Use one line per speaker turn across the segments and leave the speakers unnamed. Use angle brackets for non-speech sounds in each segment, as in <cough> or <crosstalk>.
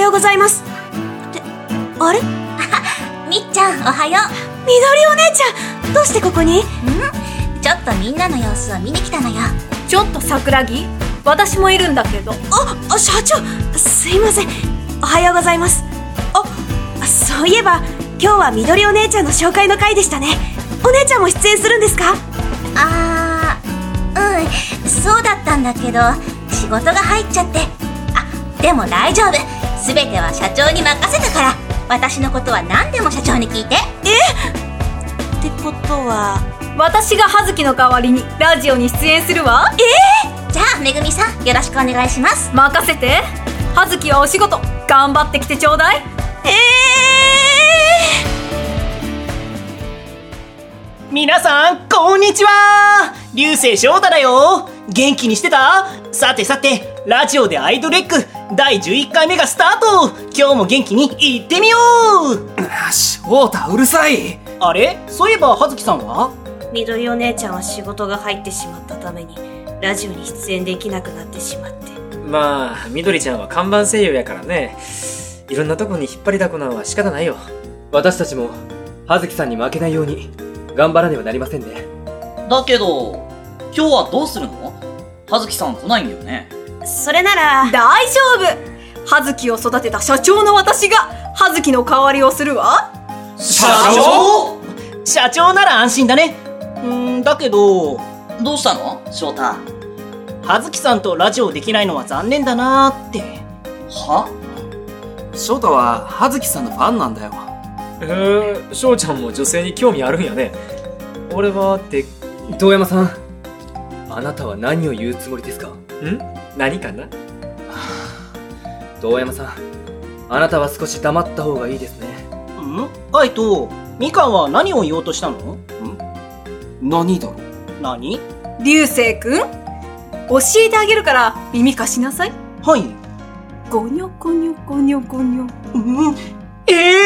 ようございますってあれ
みっちゃんおはよう
みどりお姉ちゃんどうしてここに
んちょっとみんなの様子を見に来たのよ
ちょっと桜木私もいるんだけど
ああ社長すいませんおはようございますあそういえば今日はみどりお姉ちゃんの紹介の回でしたねお姉ちゃんも出演するんですか
あーうんそうだったんだけど仕事が入っちゃってあでも大丈夫全ては社長に任せたから私のことは何でも社長に聞いて
ってことは
私が葉月の代わりにラジオに出演するわ
じゃあめぐみさんよろしくお願いします
任せて葉月はお仕事頑張ってきてちょうだい
皆さん、こんにちは流星翔太だよ元気にしてたさてさて、ラジオでアイドレック第11回目がスタート今日も元気に行ってみよう
あ翔太うるさい
あれそういえば、葉月さんは
みどりお姉ちゃんは仕事が入ってしまったためにラジオに出演できなくなってしまって
まあみどりちゃんは看板声優やからねいろんなとこに引っ張りだこなんは仕方ないよ
私たちも葉月さんに負けないように頑張らねばなりませんね
だけど、今日はどうするの葉月さん来ないんだよね。
それなら
大丈夫葉月を育てた社長の私が葉月の代わりをするわ
社長社長なら安心だね。うんだけど、
どうしたの翔太。
葉月さんとラジオできないのは残念だなーって。
は
翔太は葉月さんのファンなんだよ
へえ翔ちゃんも女性に興味あるんやね俺はって
遠山さんあなたは何を言うつもりですか
何かな
遠山さんあなたは少し黙った方がいいですね
んカイト、みかんは何を言おうとしたの
何だろう
何
流星くん教えてあげるから耳貸しなさい
はい。
ゴニョゴニョゴニョゴニョ
うん、え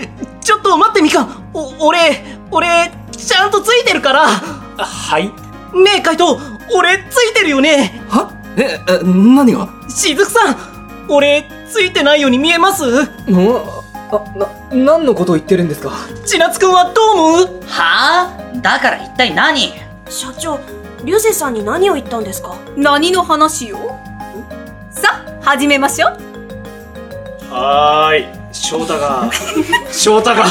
えちょっと待ってみかんお、俺、俺、ちゃんとついてるからね
あはい
え、カイト俺、ついてるよね
はええ何が
しずくさん俺、ついてないように見えます
うんあな何のことを言ってるんですか
ちなつくんはどう思う
はあだから一体何
社長流星さんに何を言ったんですか
何の話よさあ始めましょう
はーい翔
<laughs>
太が翔太が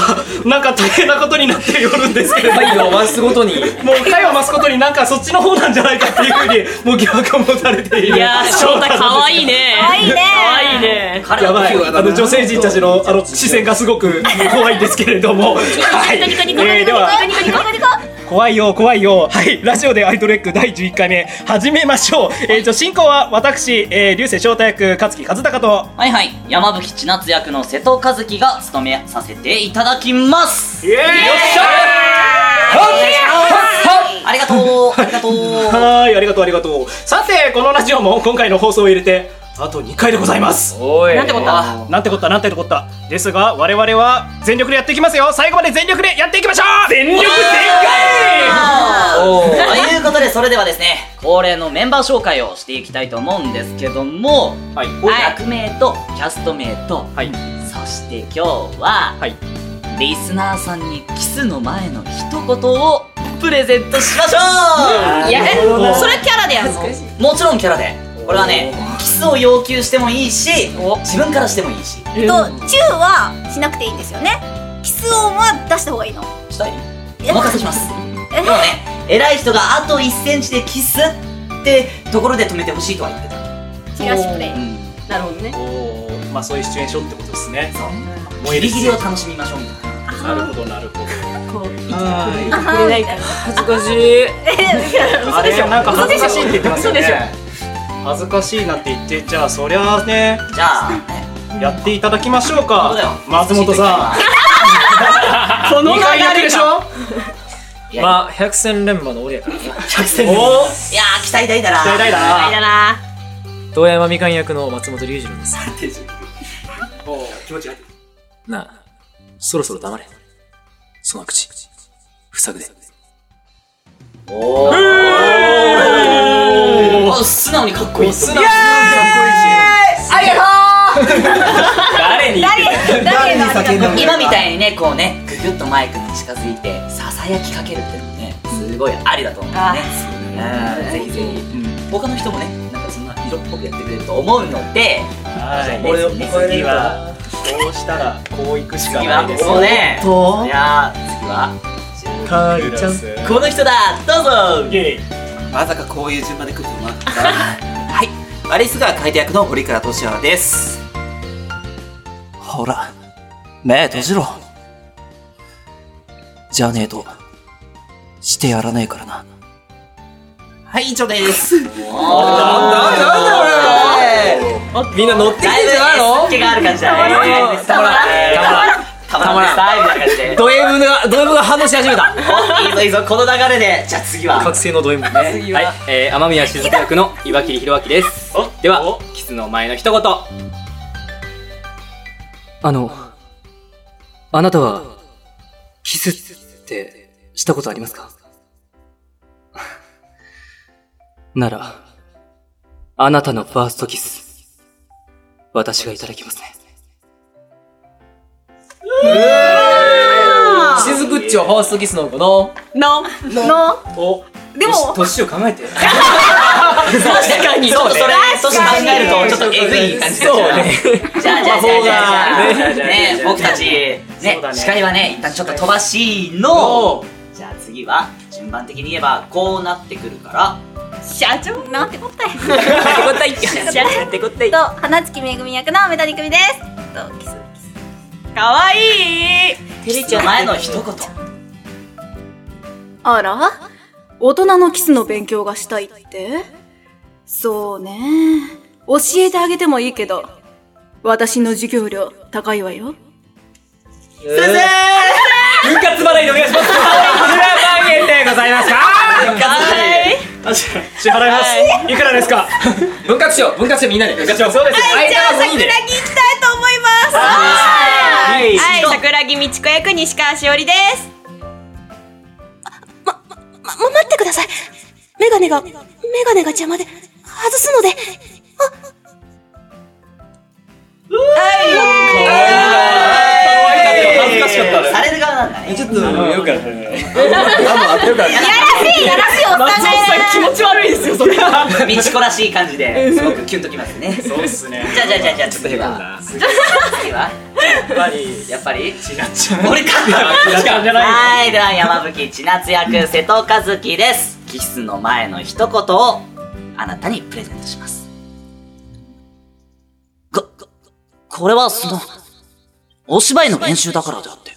なんか大変なことになっておるんですけ
<laughs>
れども
会を回すごとに
もう回を増すことになんかそっちの方なんじゃないかっていうふうにもう疑惑を持たれているいや翔太可愛いね
可愛いね
いね
彼
やばい
器用だな
あの女性人たちのあの視線がすごく怖いんですけれども <laughs> はいえーでは怖いよ怖いよはいラジオでアイドレック第11回目始めましょうえーと進行は私えー流星翔太役勝木和孝と
はいはい、山吹千夏役の瀬戸和樹が務めさせていただきます
よっしゃ
ありがとう、ありがとう
はーいありがとうありがとうさてこのラジオも今回の放送を入れてあと2回でございます
おい
なんてことだ
なんてこったなんてこったですが我々は全力でやっていきますよ最後まで全力でやっていきましょう全力全
あ
おー
ーということで、それではですね、恒例のメンバー紹介をしていきたいと思うんですけども、
はい
役名とキャスト名と、
はい
そして今日は、
はい
リスナーさんにキスの前の一言をプレゼントしましょういや
それ
キャラでやるのもちろんキャラでこれはねキスを要求してもいいし自分からしてもいいし
えっと
チューはしなくていいんですよねキス音は出した方がいいの
したいお任せしますでもね偉い人があと1センチでキスってところで止めてほしいとは言ってた
チラシプレイ
うん
なるほどね
おーまあそういうシチュエーションってことですねもうい
ギ
いで
リ
す
ギリを楽しみましょうみたいな
なるほどなるほど
あはーみたいな
恥ずかしい
あれなんか恥ずかしいって言ってますよね
嘘で
恥ずかしいなんて言ってじゃあそりゃあね
じゃあ、
やっていただきましょうか
そうだよ
松本さんこの流回やってるでしょ
いや
まあ百戦錬磨の俺やからな
おお
いやー期待大だな
期待大だな
遠山みかん役の松本龍二郎です
気持ちが入って
なあそろそろ黙れその口塞ぐで
お素直にかっこいい
イエーイ
ありがとう
誰誰が
誰
誰が
今みたいにねこうねぐぐっとマイクに近づいてささやきかけるってのもねすごいありだと思うんだよねうんぜひぜひ他の人もねなんかそんな色っぽくやってくれると思うので
はい
俺を
次はこうしたらこう行くしか
次
な
はい
です
ここね
おっと
いやー次は
か
ちゃんこの人だどうぞ
まさかこういう順番で来ると思わなかったはいアリスが書いて役の堀倉俊也ですほら目閉じろじゃねえとしてやらねえからなはい以上です
みんな乗ってきてんじゃないの
毛がある感じだね
えーたまらんたまらん
たまらんですはいみたいな感じで
ド M がド M が反応し始めた
おいいぞいいぞこの流れでじゃあ次は
覚醒のド M ね
次
は、
はい
えー、天宮静香役の岩切弘明ですではキスの前の一言
あの、あなたは、キスってしたことありますかなら、あなたのファーストキス、私がいただきますね。
しずくっちょファーストキスの子の
のの
お
でも
年を考えて
確かにそうねそう考えるとちょっとえぐい感じだからじゃあじゃあじゃあじゃあじゃあね僕たちね司会はね一旦ちょっと飛ばしいのじゃあ次は順番的に言えばこうなってくるから
社長なんてこったい
答え
ってこったいと花月めぐみ役のメタリクミですとキスキスかわいい
テレちゃん前の一言
あら大人のキスの勉強がしたいってそうね。教えてあげてもいいけど、私の授業料高いわよ。
先生分割払いでお願いします100万円でございますか
支払いますいくらですか
分割しよう分割しようみんなで分割しようそうです
はい、じゃあ桜木行きたいと思います
は
はいい、桜木美智子役西川しおりです
ま、ま、待ってください。メガネが、メガネが邪魔で、外すので、
恥ずかしかったね
される側なんだね
ちょっとよくある
いやらしい、やらしいおっさんがやら
気持ち悪いですよそれ
みちこらしい感じですごくキュンときますねそうっすねじゃあじゃあじゃあじゃあ次は次は
やっぱり
やっぱりちなっちゃう俺かはいでは山吹千夏役瀬戸和樹ですキスの前の一言をあなたにプレゼントしますこここれはそのお芝居の練習だからであって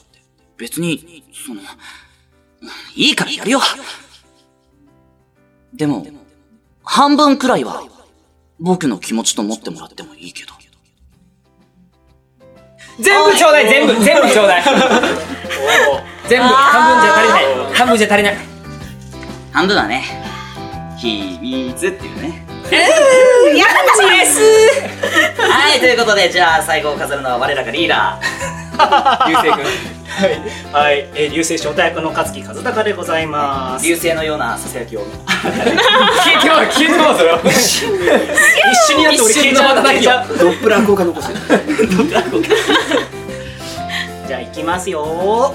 別にそのいいからやるよでも半分くらいは僕の気持ちと思ってもらってもいいけど
全部ちょうだい全部全部ちょうだい全部半分じゃ足りない半分じゃ足りない
半分はね秘密っていうね
しいやらしい
はい、ということで、じゃあ最後を飾るのは我らがリーダー。
<laughs> 流星君
はい、えー流星招待役の勝木和孝でございます
流星のようなささやきを。
消えてます消えてますそれは
一緒にやって俺消えちゃう
一瞬の瞬きだ
ドップラン効果残してる
じゃあ行きますよ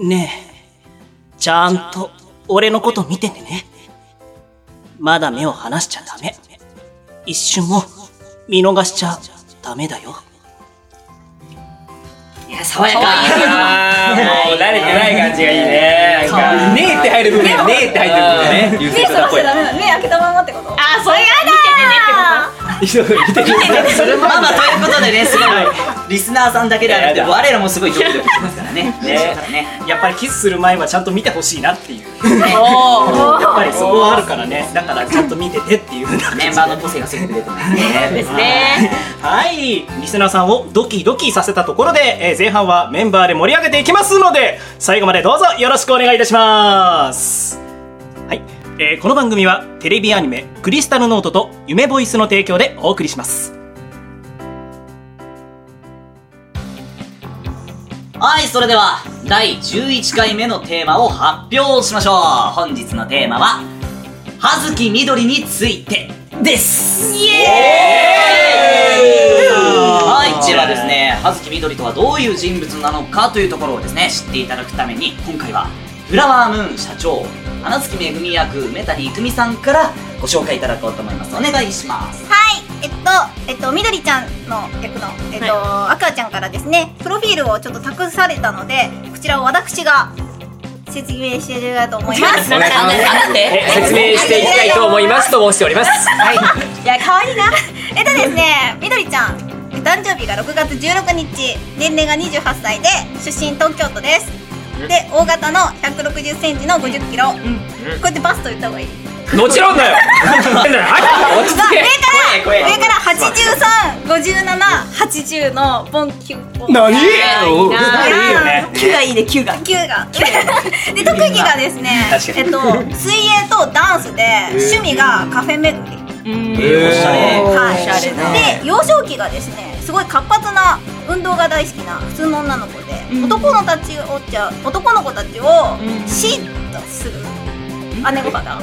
ねえちゃんと俺のこと見ててねまだ目を離しちゃダメ一瞬も見逃しちゃダメだよ
いや、爽やか。
あーもう慣れてない感じがいいねなんかねえって入る部分がねえって入ってる部分がね流星
目
君
そらしちゃダメなの目開けたままってことあー、それやだー
それ
<laughs>
まあまあ、ということでね、すごい、リスナーさんだけではなくて、我らもすごいドキドキしますからね。
<laughs>
ね。
やっぱりキスする前はちゃんと見てほしいなっていう
お
やっぱりそこはあるからねだからちゃんと見ててっていう
メンバーの個性がすごく出てますね。ですね。
はいリスナーさんをドキドキさせたところで、えー前半はメンバーで盛り上げていきますので最後までどうぞよろしくお願いいたしますはい、えーこの番組はテレビアニメ「クリスタルノート」と「夢ボイス」の提供でお送りします
はい、それでは、第11回目のテーマを発表しましょう。本日のテーマは、葉月みどりについてです。イエーイ葉月みどりとはどういう人物なのかというところをですね知っていただくために今回はフラワームーン社長花月めぐみ役梅谷育美さんからご紹介いただこうと思いますお願いします
はい、えっと、えっと、みどりちゃんの役の、えっと、あかちゃんからですね、プロフィールをちょっと託されたので、こちらを私が説明していきたいと思います。
お願いします
なんで
え説明していきたいと思いますと申しております。はい。
<laughs> いや、可愛いな。 <laughs> えっとですね、みどりちゃん、誕生日が6月16日、年齢が28歳で、出身東京都です。で、大型の160センチの50キロ。こうやってバスト言った方がいい。
もちろんだよ。なんだよはい落ち着け。
上から835780のボンキュボン
何
いやいい
おういいよね
9がいいね9が9がで特技がですね
確か
えっ
に
と水泳とダンスで趣味がカフェ巡り
えーおしゃれ
はい
おしゃれだね
で幼少期がですねすごい活発な運動が大好きな普通の女の子で男の子たちをじゃ男の子たちをシッとする姉御肌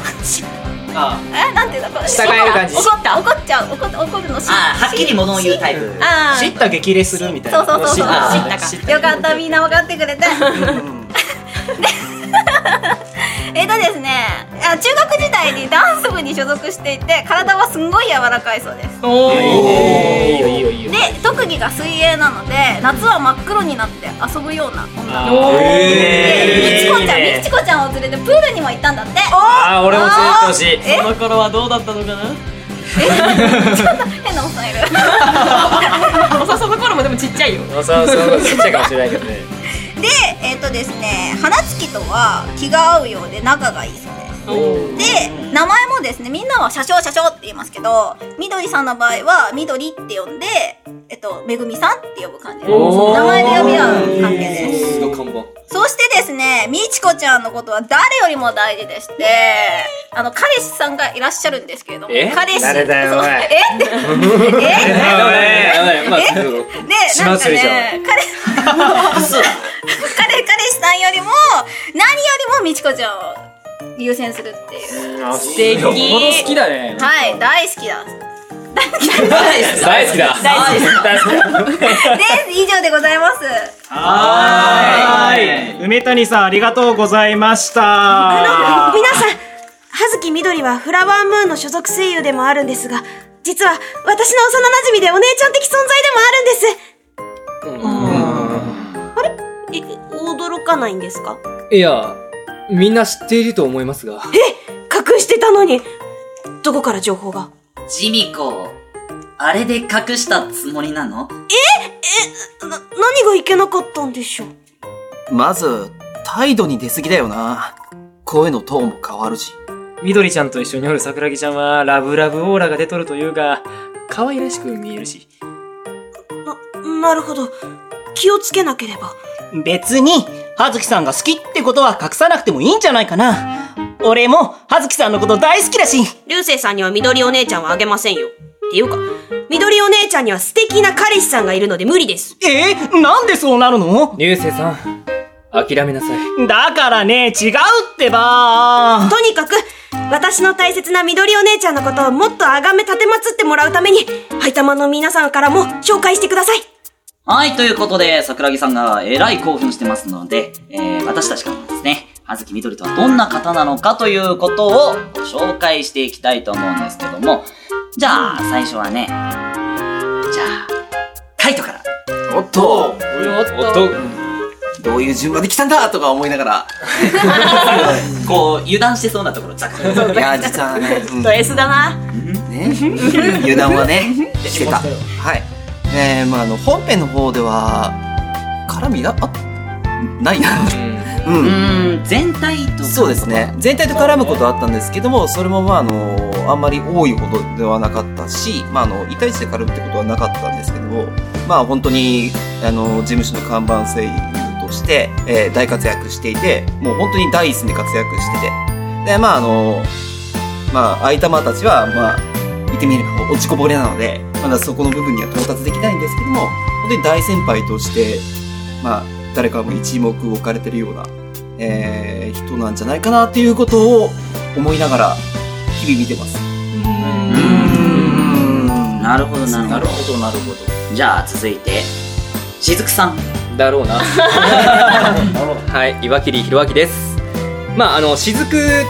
あ
えなんていうんだこれ
従える感じ
怒った怒っちゃう怒っ怒るのし
あーはっきり物を言うタイプ
あー
知った激励するみたい
そう
な
そうそうそう
あー
よかったみんな分かってくれてえっとですねあ中学時代にダンス部に所属していて体はすんごい柔らかいそうです
いいよいいよいいよ。
で特技が水泳なので夏は真っ黒になって遊ぶような女の
おー
子でみ
いいね
ちこちゃんみちこちゃんを連れてプールにも行ったんだって
ああ俺も連れてってほしい。
そ
の頃はどうだったのかな。
変なおっさんいる
さその頃もでもちっちゃいよ
そうそうちっちゃいかもしれないけどね。
でえっ、とですね花月とは気が合うようで仲がいいそうですで名前もですねみんなは車掌車掌って言いますけどみどりさんの場合はみどりって呼んでえっとめぐみさんって呼ぶ感じです名前で呼び合う関係です
すごい看板。
そしてですねみちこちゃんのことは誰よりも大事でしてあの彼氏さんがいらっしゃるんですけれども
え
彼氏
誰だよお
そう
い
えって
え？え？まあ
でなんかね彼 <laughs> 彼彼氏さんよりも何よりもみちこちゃんを優先するっていう
素敵よっぽど好きだね
はい大好きだ
大好きだ。
大好きだ
大好きだ。
で以上でございます
はーい梅谷さんありがとうございました
あの皆さん葉月みどりはフラワームーンの所属声優でもあるんですが実は私の幼馴染でお姉ちゃん的存在でもあるんです、あれえ驚かないんですか
いや、みんな知っていると思いますが。
隠してたのにどこから情報が
ジミコあれで隠したつもりなの
ええな何がいけなかったんでしょう
まず、態度に出過ぎだよな。声のトーンも変わるし。
みどりちゃんと一緒におる桜木ちゃんは、ラブラブオーラが出とるというか、可愛らしく見えるし。
なるほど気をつけなければ
別に、葉月さんが好きってことは隠さなくてもいいんじゃないかな。俺も、葉月さんのこと大好きだし。
流星さんには緑お姉ちゃんはあげませんよっていうか緑お姉ちゃんには素敵な彼氏さんがいるので無理です
えー、なんでそうなるの
流星さん、諦めなさい。
だからね、違うってば
<laughs> とにかく私の大切な緑お姉ちゃんのことをもっとあがめ立てまつってもらうためにハイタマの皆さんからも紹介してください
はい、ということで、桜木さんがえらい興奮してますので、えー、私たちからもですね、葉月みどりとはどんな方なのかということをご紹介していきたいと思うんですけども、じゃあ、最初はね、じゃあ、カイトから。
おっと
お
っとどういう順番で来たんだとか思いながら。
こう、油断してそうなところ、 <laughs> ざっくり。
いや、実はね、うん
ド S だな
ね、油断はね、してた。はい。えー、まああの、本編の方では、絡みが、あ、ないな。うん。
全体と。
そうですね。全体と絡むことはあったんですけども、それもまああの、あんまり多いほどではなかったし、まああの、一対一で絡むってことはなかったんですけども、まあ本当に、あの、事務所の看板声優として、えー大活躍していて、もう本当に第一線で活躍してて、で、まああの、まあ、相玉たちは、まあ、言ってみれば落ちこぼれなので、まだそこの部分には到達できないんですけども、本当に大先輩として、まあ、誰かも一目置かれてるような、えー人なんじゃないかなっていうことを思いながら、日々見てます。
なるほど、なるほど。
なるほど、なるほど。
じゃあ、続いて、しずくさん
だろうなはい岩切弘明ですまああの雫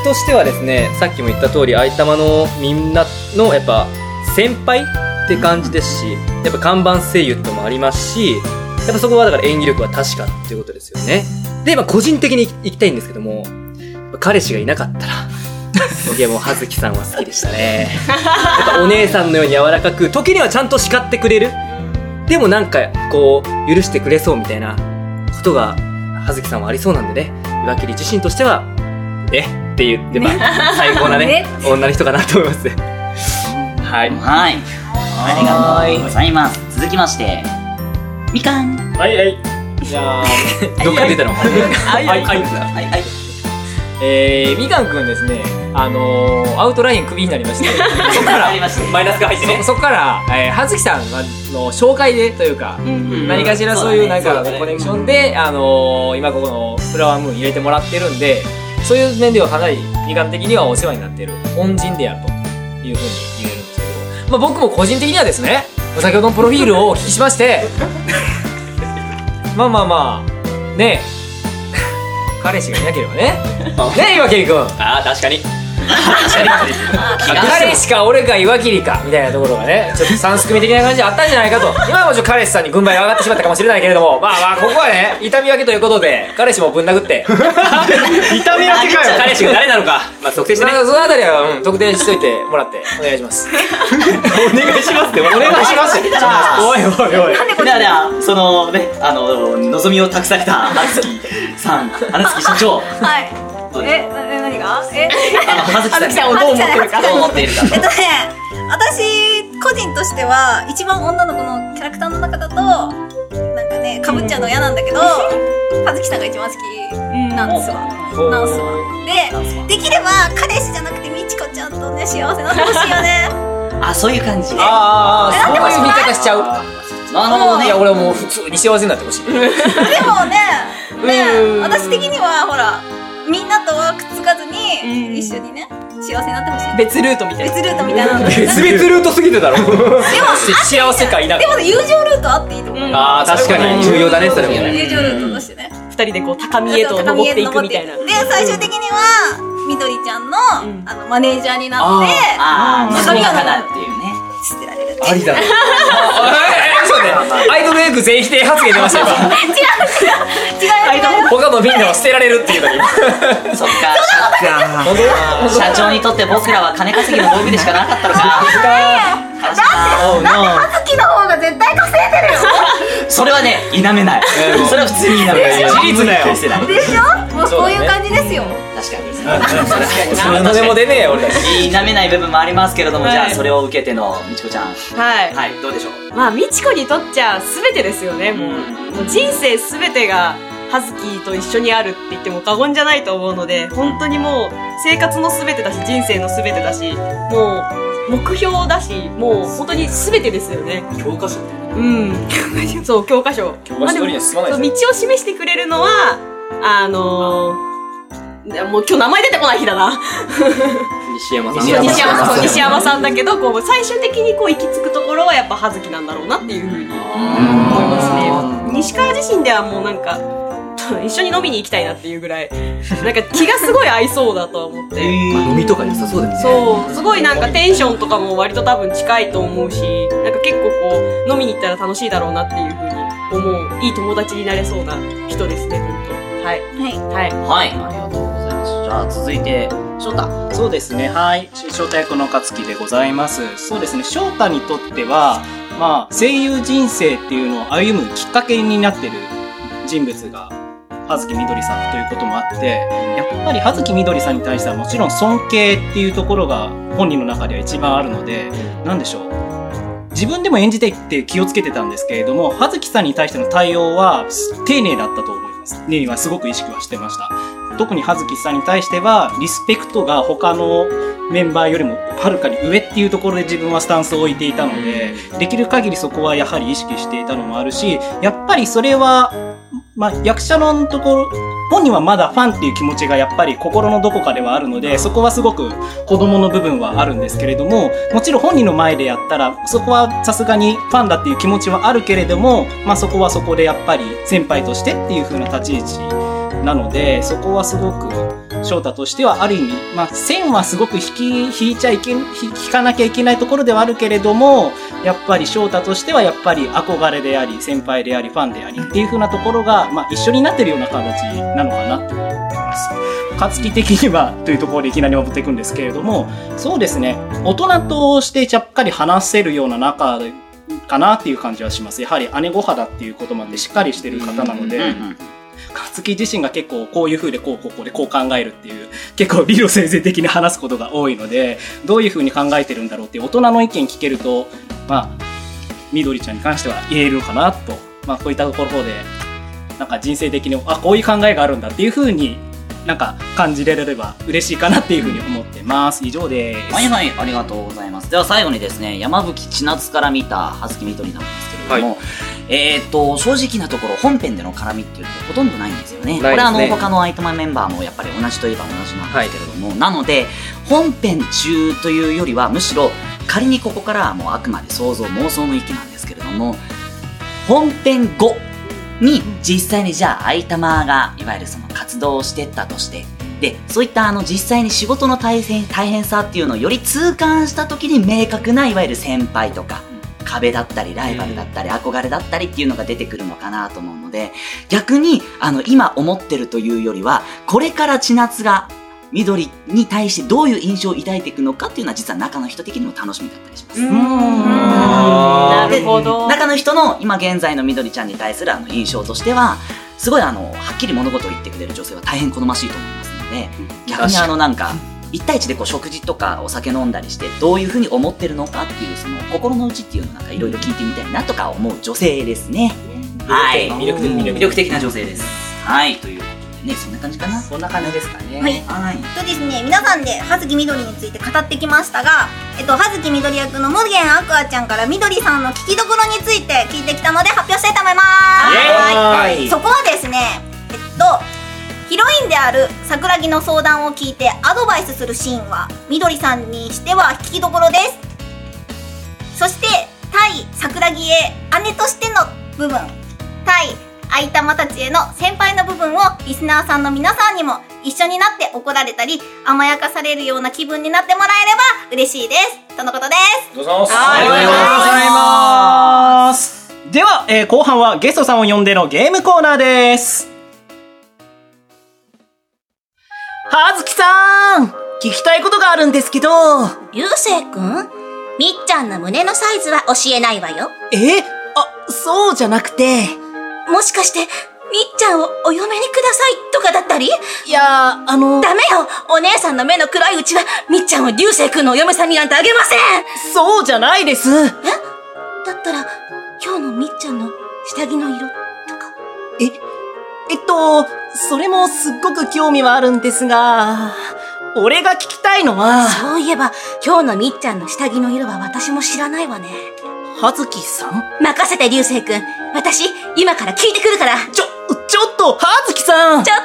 としてはですねさっきも言った通り愛玉のみんなのやっぱ先輩って感じですしやっぱ看板声優ってのもありますしやっぱそこはだから演技力は確かっていうことですよねでまあ個人的にいきたいんですけども彼氏がいなかったら僕はもう葉月さんは好きでしたねやっぱお姉さんのように柔らかく時にはちゃんと叱ってくれるでもなんかこう許してくれそうみたいなことが葉月さんはありそうなんでね岩切自身としては「えっ?」て言ってば、最高な <laughs> ね
ね
女の人かなと思いますねはい
はいありがとうございます続きましてみかん
はいはいじゃあ
どっから出たの
はいはいはいはいえー、みかんくんですね、あのーアウトラインクビになりましてそこからマイナスが入ってねそこから、えー、葉月さんの紹介でというか、
ん
何かしらそういうなん
そ
か
うだね
コネクションで、あのー今ここのフラワームーン入れてもらってるんでそういう面ではかなりみかん的にはお世話になってる恩人であるというふうに言えるんですけど、まあ、僕も個人的にはですね先ほどのプロフィールをお聞きしまして <laughs> まあまあまあねえ彼氏がいなければ
<laughs>
ねねえ岩切君
ああ確かに
彼氏か俺か岩切かみたいなところがねちょっと三すくみ的な感じであったんじゃないかと今もちょっと彼氏さんに軍配が上がってしまったかもしれないけれどもまあまあここはね痛み分けということで彼氏もぶん殴って痛
み分けかよ彼氏が誰なのかまあ測定してね
そのあたりは、うん特定しといてもらってお願いします
お願いしますってお
願いしますって
じゃあ
おいおいおい
ではではそのねあの望みを託された花月さん花月社長
はい。え、なえ何が？え、
あの葉月さん
葉
どう思っているか
えっとね、私個人としては一番女の子のキャラクターの中だとなんかね被っちゃうの嫌なんだけど、葉月さんが一番好きなんですわ。なんすわ。で、できれば彼氏じゃなくてみちこちゃんとね幸せになってほしいよね。
あそういう感じ
あ
え
あ
なんで
そういう見
も
方しちゃう
なるほどね
いや俺はもう普通に幸せになってほしい
でもね、
う
ね、
ん
私的にはほらみんなとはくっつかずに一緒にね幸せになってほしい。
別ルートみたいな
別ルートみたいなの。
別々ルートすぎてだろ幸せか否か
でもね友情ルートあっていいと思う。
ああ確かに重要だねそれも
友情ルートとしてね。
二人でこう高みへと登っていくみたいな
で最終的にはみどりちゃんの,、あのマネージャーになって
あー
中身が
そうだ
な
なっていうね
捨てられる
ありだねそうねアイドルエッグ全否定発言出ましたよ今
違う違う違う違う
他のみんなを捨てられるっていうのに
そっか社長にとって僕らは金稼ぎの道具でしかなかったのか
だってなんで葉月の方が絶対稼いでるよ
それはね否めないそれは普通に否めない
事実だよ
事実だ
でしょもうこういう感じですよ
確かに
<laughs>
何でも出ねえよ俺たち
否めない部分もありますけれども、
はい
じゃあそれを受けてのみちこちゃん
はい
はいどうでしょう
まあ美智子にとっちゃ全てですよねもう,、もう人生全てが葉月と一緒にあるって言っても過言じゃないと思うので本当にもう生活の全てだし人生の全てだしもう目標だしもう本当に全てですよね
教科書
うんそう教科書
教科書通りには進まないでしょ
あでもそう道を示してくれるのはあのーもう今日名前出てこない日だな
西山さん
西山さんそう西山さんだけどこう最終的にこう行き着くところはやっぱ葉月なんだろうなっていうふうに思いますね西川自身ではもうなんか <laughs> ちょっと一緒に飲みに行きたいなっていうぐらいなんか気がすごい合いそうだとは思って
まあ飲みとか良さそうだよね
そうすごいなんかテンションとかも割と多分近いと思うしなんか結構こう飲みに行ったら楽しいだろうなっていうふうに思ういい友達になれそうな人ですね本当はいはい
はいありがとうございますじゃあ続いて翔太
そう
ですねはい翔太役の勝樹でございますそうですね翔太にとってはまあ声優人生っていうのを歩むきっかけになってる人物が葉月みどりさんということもあってやっぱり葉月みどりさんに対してはもちろん尊敬っていうところが本人の中では一番あるので何でしょう自分でも演じてって気をつけてたんですけれども葉月さんに対しての対応は丁寧だったと思います丁寧はすごく意識はしてました特に葉月さんに対してはリスペクトが他のメンバーよりもはるかに上っていうところで自分はスタンスを置いていたのでできる限りそこはやはり意識していたのもあるしやっぱりそれは、まあ、役者のところ本人はまだファンっていう気持ちがやっぱり心のどこかではあるので、そこはすごく子供の部分はあるんですけれども、もちろん本人の前でやったら、そこはさすがにファンだっていう気持ちはあるけれども、まあそこはそこでやっぱり先輩としてっていう風な立ち位置なので、そこはすごく翔太としてはある意味、まあ、線はすごく引き、引いちゃいけ、引引かなきゃいけないところではあるけれども、やっぱり翔太としてはやっぱり憧れであり、先輩であり、ファンでありっていう風なところが、まあ、一緒になってるような形なのかなって思ってます。勝木的にはというところでいきなり持っていくんですけれども、そうですね、大人としてちゃっかり話せるような中かなっていう感じはします。やはり姉御肌っていうことまでしっかりしてる方なので、勝木自身が結構こういう風でこうこうこうでこう考えるっていう <laughs> 結構理路整然的に話すことが多いのでどういう風に考えてるんだろうっていう大人の意見聞けるとまあみどりちゃんに関しては言えるのかなと、まあ、こういったところでなんか人生的にあこういう考えがあるんだっていう風になんか感じられれば嬉しいかなっていう風に思ってます以上です。
はいはい、ありがとうございます。では最後にですね、山吹千夏から見た葉月みどりなんですけれども、えーっと、正直なところ本編での絡みっていうのはほとんどないんですよね。こ
ない
れ
です
はあ
ね
の、他のアイトマンメンバーもやっぱり同じといえば同じなんですけれども、なので、本編中というよりはむしろ仮にここからはもうあくまで想像妄想の域なんですけれども、本編後に実際にじゃあアイタマーがいわゆるその活動をしてったとしてでそういったあの実際に仕事の大変大変さっていうのをより痛感した時に明確ないわゆる先輩とか壁だったりライバルだったり憧れだったりっていうのが出てくるのかなと思うので逆にあの今思ってるというよりはこれから千夏が緑に対してどういう印象を抱いていくのかっていうのは実は中の人的にも楽しみだったりします。なるほど中の人の今現在のみどりちゃんに対するあの印象としてはすごいあのはっきり物事を言ってくれる女性は大変好ましいと思いますので逆にあのなんか一対一でこう食事とかお酒飲んだりしてどういうふうに思ってるのかっていうその心の内っていうのをなんかいろいろ聞いてみたいなとか思う女性ですね。はい、
魅力的魅力的
魅力的な女性です。はい、ということでねそんな感じかな。そんな感じですかね
はい、とですね皆さんで葉月みどりについて語ってきましたが、えっと、葉月みどり役の無限アクアちゃんからみどりさんの聞きどころについて聞いてきたので発表したいと思います
イエーイ
はいそこはですねえっとヒロインである桜木の相談を聞いてアドバイスするシーンはみどりさんにしては聞きどころですそして対桜木へ姉としての部分対愛玉たちへの先輩の部分をリスナーさんの皆さんにも一緒になって怒られたり甘やかされるような気分になってもらえれば嬉しいですとのことです
どうぞ
はい
ありがとうござい
ますでは、えー後半はゲストさんを呼んでのゲームコーナーです
葉月さん聞きたいことがあるんですけど
流星くんみっちゃんの胸のサイズは教えないわよ。
えあ、そうじゃなくて。
もしかして、みっちゃんをお嫁にくださいとかだったりい
やー、あの
ダメよお姉さんの目の暗いうちは、みっちゃんを流星くんのお嫁さんになんてあげません
そうじゃないですえ
だったら、今日のみっちゃんの下着の色、
えっと、それもすっごく興味はあるんですが、俺が聞きたいのは、
そういえば、今日のみっちゃんの下着の色は私も知らないわね。
葉月さん
任せて、流星くん。私、今から聞いてくるから。
ちょ、ちょっと、葉月さん
ちょっ